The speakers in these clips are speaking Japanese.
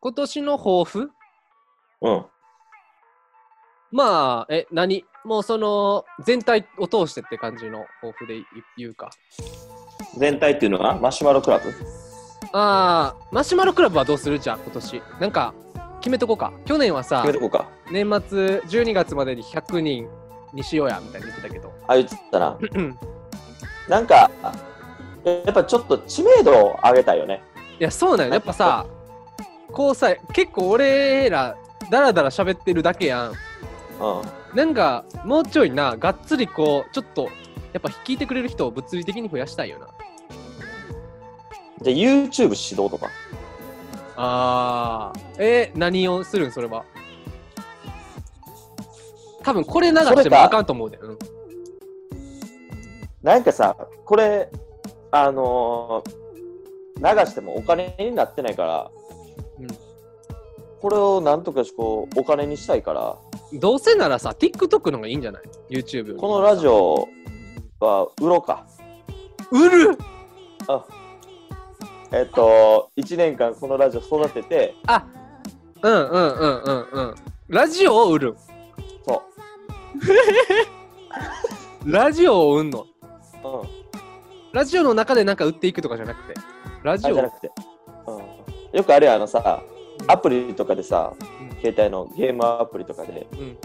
今年の抱負うん。まあ、え、何もうその、全体を通してって感じの抱負でい言うか。全体っていうのはマシュマロクラブああ、マシュマロクラブはどうするじゃあ、今年。なんか、決めとこうか。去年はさ決め、とこうか。年末12月までに100人にしようや、みたいに言ってたけど。 あ、言ってたな。なんか、やっぱちょっと知名度を上げたいよね。いや、そうなんよ。やっぱさ、こうさ、結構俺ら、だらだら喋ってるだけやん。うん。なんか、もうちょいな、がっつりこう、ちょっと、やっぱ聞いてくれる人を物理的に増やしたいよな。じゃあ YouTube 指導とか。あー。えー何をするんそれは。多分これ流しそてれもかあかんと思うで。うん。なんかさ、これ、あのー流してもお金になってないから、うんこれをなんとかしこうお金にしたいから、どうせならさ、TikTok の方がいいんじゃない ?YouTube よりこのラジオは売ろうか。売るあえっと、1年間このラジオ育てて、あうんうんうんうんうん。ラジオを売る。そラジオを売んの。う。うん。ラジオの中でなんか売っていくとかじゃなくて。ラジあオじゃなくて、うん、よくあれあのさアプリとかでさ携帯のゲームアプリとかでうんうん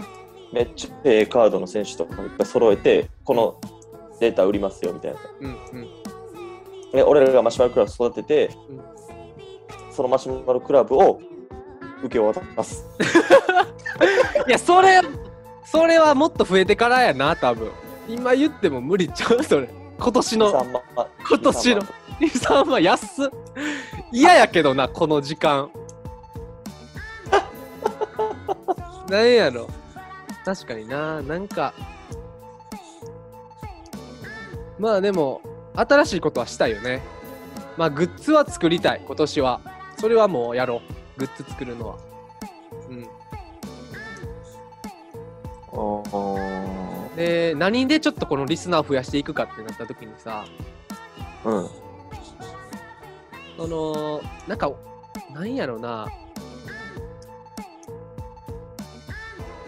めっちゃええカードの選手とかいっぱい揃えてこのデータ売りますよみたいなうんうん。で俺らがマシュマロクラブ育てて、うんそのマシュマロクラブを受け渡しますいや、それ、それはもっと増えてからやな、多分。今言っても無理ちゃうそれ。今年の。 23万今年の23万安っ嫌やけどなこの時間なんやろ確かにななんかまあでも新しいことはしたいよねまあグッズは作りたい今年はそれはもうやろうグッズ作るのはうんで何でちょっとこのリスナー増やしていくかってなった時にさ、うんそのなんかなんやろな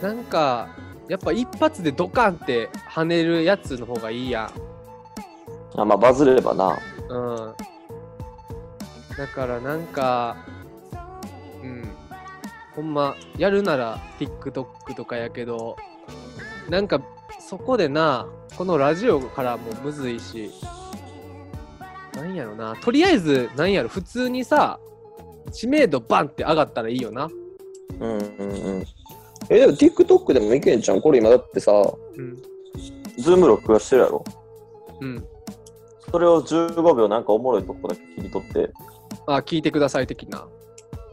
なんかやっぱ一発でドカンって跳ねるやつの方がいいやあまあバズればなうんだからなんかうんほんまやるなら TikTok とかやけどなんかそこでなこのラジオからもむずいしなんやろなとりあえずなんやろ普通にさ知名度バンって上がったらいいよなうんうんうんえでも TikTok でもいけんじゃんこれ今だってさうんズーム録画してるやろうんそれを15秒なんかおもろいとこだけ切り取って、あ聞いてください的な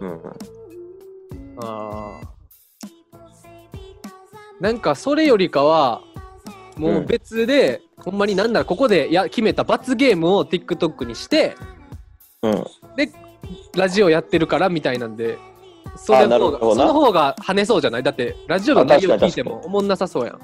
うん、あーなんかそれよりかはもう別で、ほんまになんならここでや決めた罰ゲームを TikTok にしてうん、ラジオやってるからみたいなんでそれあなるのほ方がどそなの方が跳ねそうじゃないだってラジオのあ内確か容に聞いてもおもんなさそうやん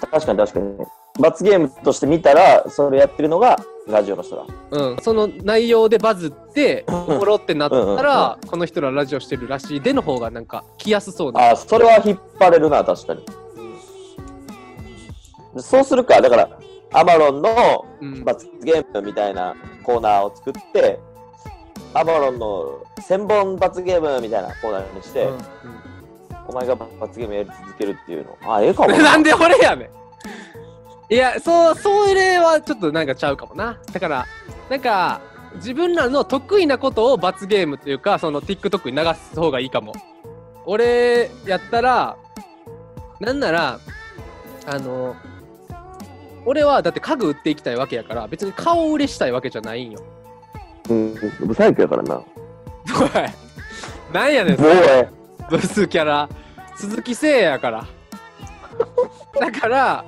確かに確かに。罰ゲームとして見たら、それやってるのがラジオの人だ。うんその内容でバズっておもろってなったらこの人らラジオしてるらしいでの方がなんか来やすそうな あ、それは引っ張れるな、確かに。そうするか、だから、アマロンのうん罰ゲームみたいなコーナーを作って、アマロンの千本罰ゲームみたいなコーナーにして、うんお前が罰ゲームやり続けるっていうの。あ、ええかも。なんで俺やねん。いや、そう、それはちょっとなんかちゃうかもな。だから、なんか、自分らの得意なことを罰ゲームというか、その TikTok に流す方がいいかも。俺やったら、なんなら、あの、俺はだって家具売っていきたいわけやから、別に顔売れしたいわけじゃないんよ。 うん、ブサイクやからな。おい、なんやねん、そおれい。ブスキャラ鈴木誠也やからだから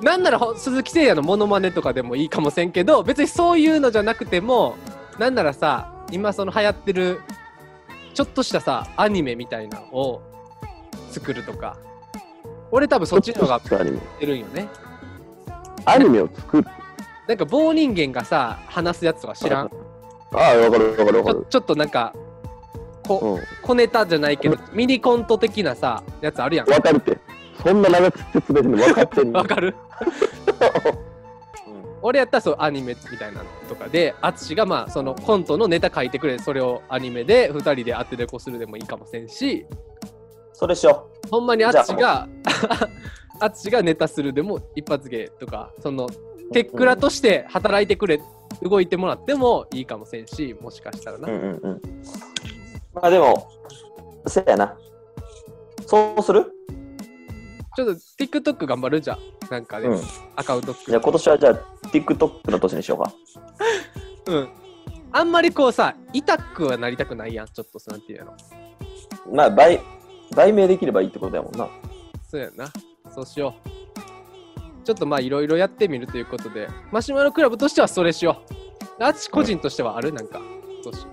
なんならほ鈴木誠也のモノマネとかでもいいかもせんけど別にそういうのじゃなくてもなんならさ今その流行ってるちょっとしたさアニメみたいなのを作るとか俺多分そっちの方がアニメ。やってるんよねアニメを作る。なんか棒人間がさ話すやつとか知らんああ、わかるわかるわちょちょっとなんかこうん。小ネタじゃないけどミニコント的なさやつあるやんわかるって。そんな長く説明してんの分かってんの わかる俺やったらそうアニメみたいなのとかで淳がまあそのコントのネタ書いてくれてそれをアニメで2人で当てでこするでもいいかもせんしそれしよほんまに淳が 淳がネタするでも一発芸とかそのテックラとして働いてくれ動いてもらってもいいかもせんしもしかしたらう。な、うんうんうん。まあでも、せやな。そうするちょっと TikTok 頑張るじゃんなんかで、うん。アカウント作じゃあ今年はじゃあ TikTok の年にしようか。うんあんまりこうさ痛くはなりたくないやんちょっとそうなんていうのまあ、売、売名できればいいってことやもんな。そうやな。そうしよう。ちょっとまあいろいろやってみるということで、マシュマロクラブとしてはそれしよう。アーチ個人としてはあるなんか、どうしよ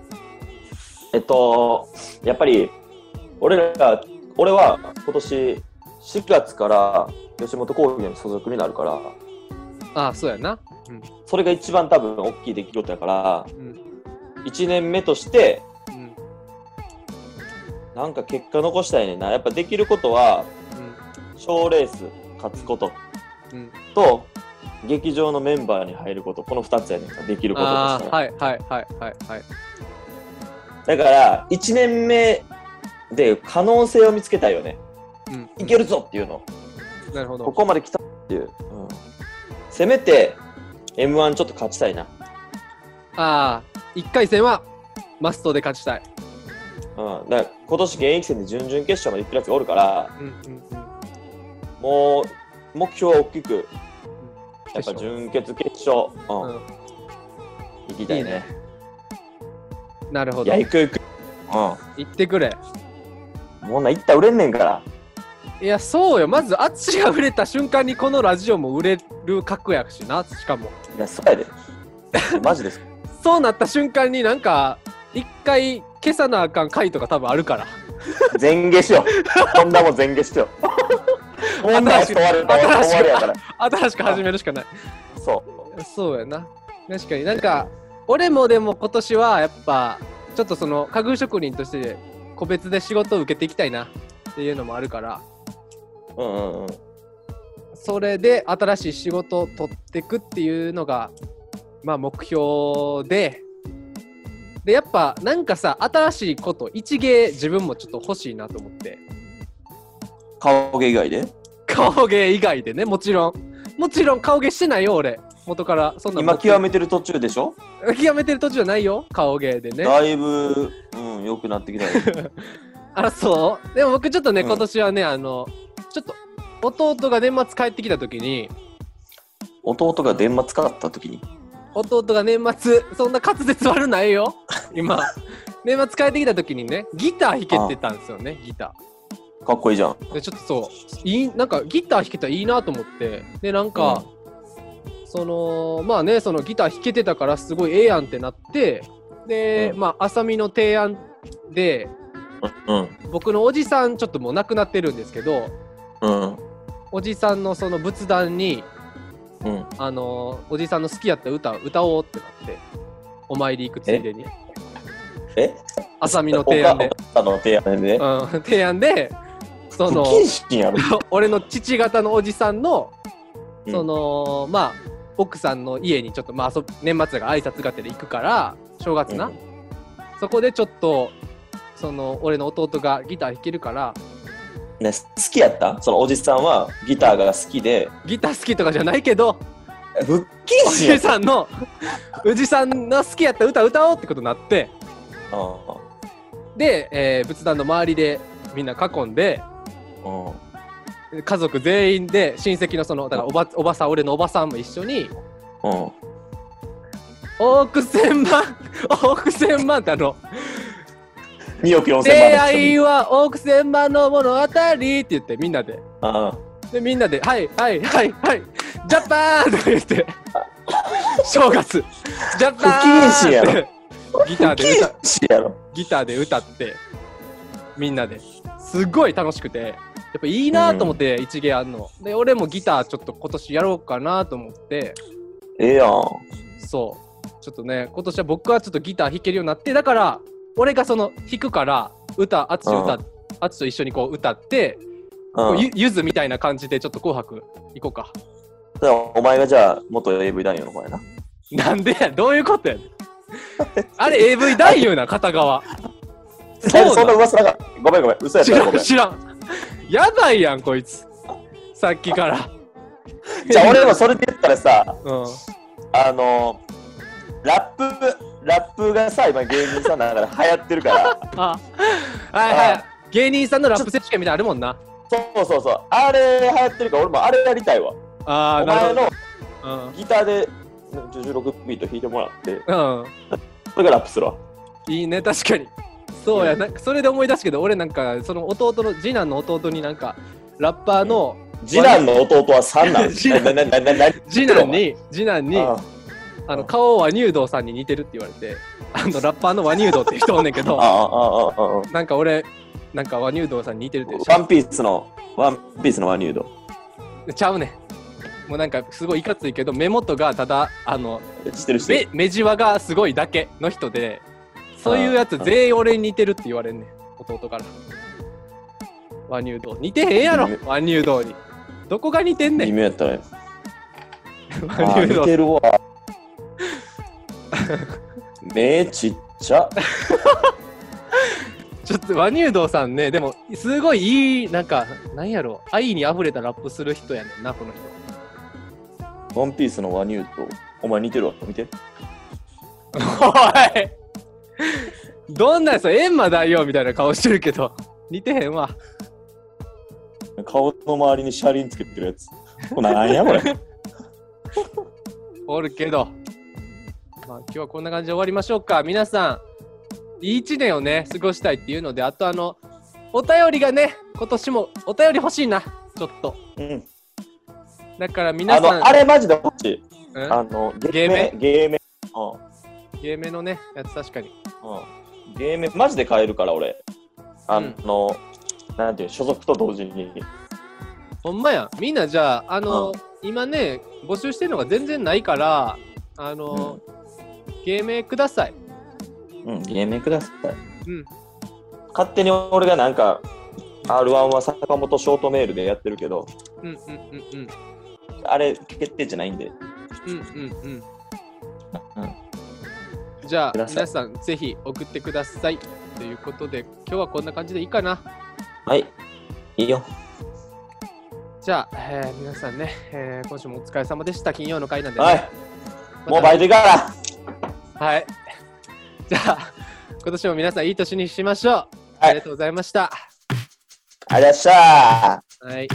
えっと、やっぱり、俺ら、俺は今年4月から吉本興業に所属になるから、うああ、そうやな。それが一番多分大きい出来事やから、うん。 1年目として、うん。うん。なんか結果残したいねんな。やっぱできることは、賞レース勝つことうん。と、劇場のメンバーに入ること、この2つやねんか、できることとあしたあ、ら。はいはいはいはいはい。だから、1年目で可能性を見つけたいよね。うん。いけるぞっていうの。なるほこど。こまで来たっていう。うんせめて、M1 ちょっと勝ちたいな。ああ、1回戦はマストで勝ちたい。うん、だから今年現役戦で準々決勝まで行ってるやつがおるから、うんうんうん。もう目標は大きく、やっぱ準決決勝、うんうん行きたいね。いいねなるほいどや、。行く行く。行ってくれ。うん、もうな、行ったら売れんねんから。いや、そうよ。まず、アッチが売れた瞬間にこのラジオも売れる格やしな、しかも。いや、そうやで。マジ です。そうなった瞬間になんか一回消さなあかん回とか多分あるから前下しよう。こんなもん前下し よう。こんなもん終わる。終新しいわるやから。新しく始めるしかないそう。そうやな確かになんか俺もでも今年はやっぱちょっとその家具職人として個別で仕事を受けていきたいなっていうのもあるからうんうんうん。それで新しい仕事を取ってくっていうのがまあ目標ででやっぱなんかさ新しいこと一芸自分もちょっと欲しいなと思って顔芸以外で顔芸以外でねもちろんもちろん顔芸してないよ俺元からそんな今極めてる途中でしょ、め極めてる途中じゃないよ顔芸でねだいぶ、うん、良くなってきた よ。あらそうでも僕ちょっとね、うん今年はねあのちょっと弟が年末帰ってきた時に弟が電話使った時に。弟が年末そんな滑舌悪ないよ 今年末帰ってきた時にねギター弾けてたんですよねギタかっこいいじゃん。ーでちょっとそういいなんかギター弾けたらいいなと思ってでなんか、そのまあねそのギター弾けてたからすごいええやんってなってで、うんまあ浅見の提案でうん。僕のおじさんちょっともう亡くなってるんですけどうん。おじさんのその仏壇にうん。あのーおじさんの好きやった歌を歌おうってなってお参り行くついでにえ浅見の提案で、お母の提案でね。うん、 提案でその不謹慎やろ。俺の父方のおじさんのうんその、まあ奥さんの家にちょっと、まあ、遊び年末が挨拶がてら行くから正月な、そこでちょっとその俺の弟がギター弾けるからね、好きやったそのおじさんはギターが好きで。ギター好きとかじゃないけど不謹お 慎やじさんのおじさんの好きやった歌歌おうってことになってうで、えー仏壇の周りでみんな囲んでん。うん。家族全員で親戚のそのだからおばおばさん俺のおばさんも一緒にうん。 「億千万億千万」ってあの2億4 「千出万会いは億千万の物語」って言ってみんなであでみんなで「はいはいはいはいジャパーン!」とか言って 正月「ジャパーン!」不謹慎やろギター不で歌謹慎やろ。ギターで歌ってみんなですごい楽しくてやっぱいいなと思って一芸あんの、で俺もギターちょっと今年やろうかなと思ってええやん。そうちょっとね今年は僕はちょっとギター弾けるようになってだから俺がその弾くから歌あつし歌うあつしと一緒にこう歌って、こう。うんゆゆずみたいな感じでちょっと「紅白」行こうかだからお前がじゃあ、元 AV 男優の方やな。なんでやどういうことやねんあれ AV 男優な片側そうなそんな噂なかった。ごめんごめん。嘘やっ知たららごんめん。じ知らんやばいやんこいつさっきからゃあ、俺でもそれで言ったらさ、うんあの、ラップ、ラップがさ、今芸人さんだから流行ってるから、あはいはあい芸人さんのラップ選手権みたいなのあるもんなそうそうそう、あれ流行ってるから、俺もあれやりたいわ。ああおな前るのほどギターで16ビート弾いてもらって、うん、うんそれがラップするわ。いいね、確かに。そうや、なんかそれで思い出すけど、俺なんか、その弟の、次男の弟になんか、ラッパーの、次男の弟は三男。 次男ななななな次男に、次男に、ああの、顔は乳道さんに似てるって言われて、あの、ラッパーの和乳道っていう人おんねんけあど、あああああなんか俺、なんか和乳道さんに似てるって言うワンピースの、ワンピースのワニュード。しちゃうねん。もうなんか、すごいいかついけど、目元がただ、あの、知ってる知って目る。、目じわがすごいだけの人で、そういうやつ全員俺に似てるって言われんねん、弟から。和乳道。似てへんやろ微、和乳道に。どこが似てんね微ん、妙や ったね。和あ乳似道。てるわ。 目ちっちゃ。ちょっと和乳道さんね、でも、すごいいい、なんか、なんやろ、愛に溢れたラップする人やねんな、この人。ワンピースのワニュード。お前似てるわ。見て。おいどんなんさ、エンマ大王みたいな顔してるけど、似てへんわ。顔の周りに車輪つけてるやつ。これなんやこれ。 おるけど。まあ、今日はこんな感じで終わりましょうか。皆さん、いい一年をね、過ごしたいっていうので、あとあの、お便りがね、今年もお便り欲しいな、ちょっと。うん。だから皆あさん、の、あれマジで欲しい。うんあの、芸芸名名。芸名。うん。ゲームのね、やつ確かに。うん芸名マジで変えるから俺あの、なんていう所属と同時にほんまやみんなじゃあ、あの、今ね、募集してるのが全然ないから、あの、芸名ください。うん芸名くださいうん。勝手に俺がなんか r 1は坂本ショートメールでやってるけどうんうんうんうん。あれ決定じゃないんでうんうんうん。じゃあ、ください皆さん、ぜひ送ってください。ということで、今日はこんな感じでいいかな。はいいいよじゃあ、えー皆さんね、えー今週もお疲れ様でした。金曜の会なんで、ね。はいまたもうバイト行くからはい。 じゃあ、今年も皆さん、いい年にしましょう。ありがとうございました。ありがとうございましたはい。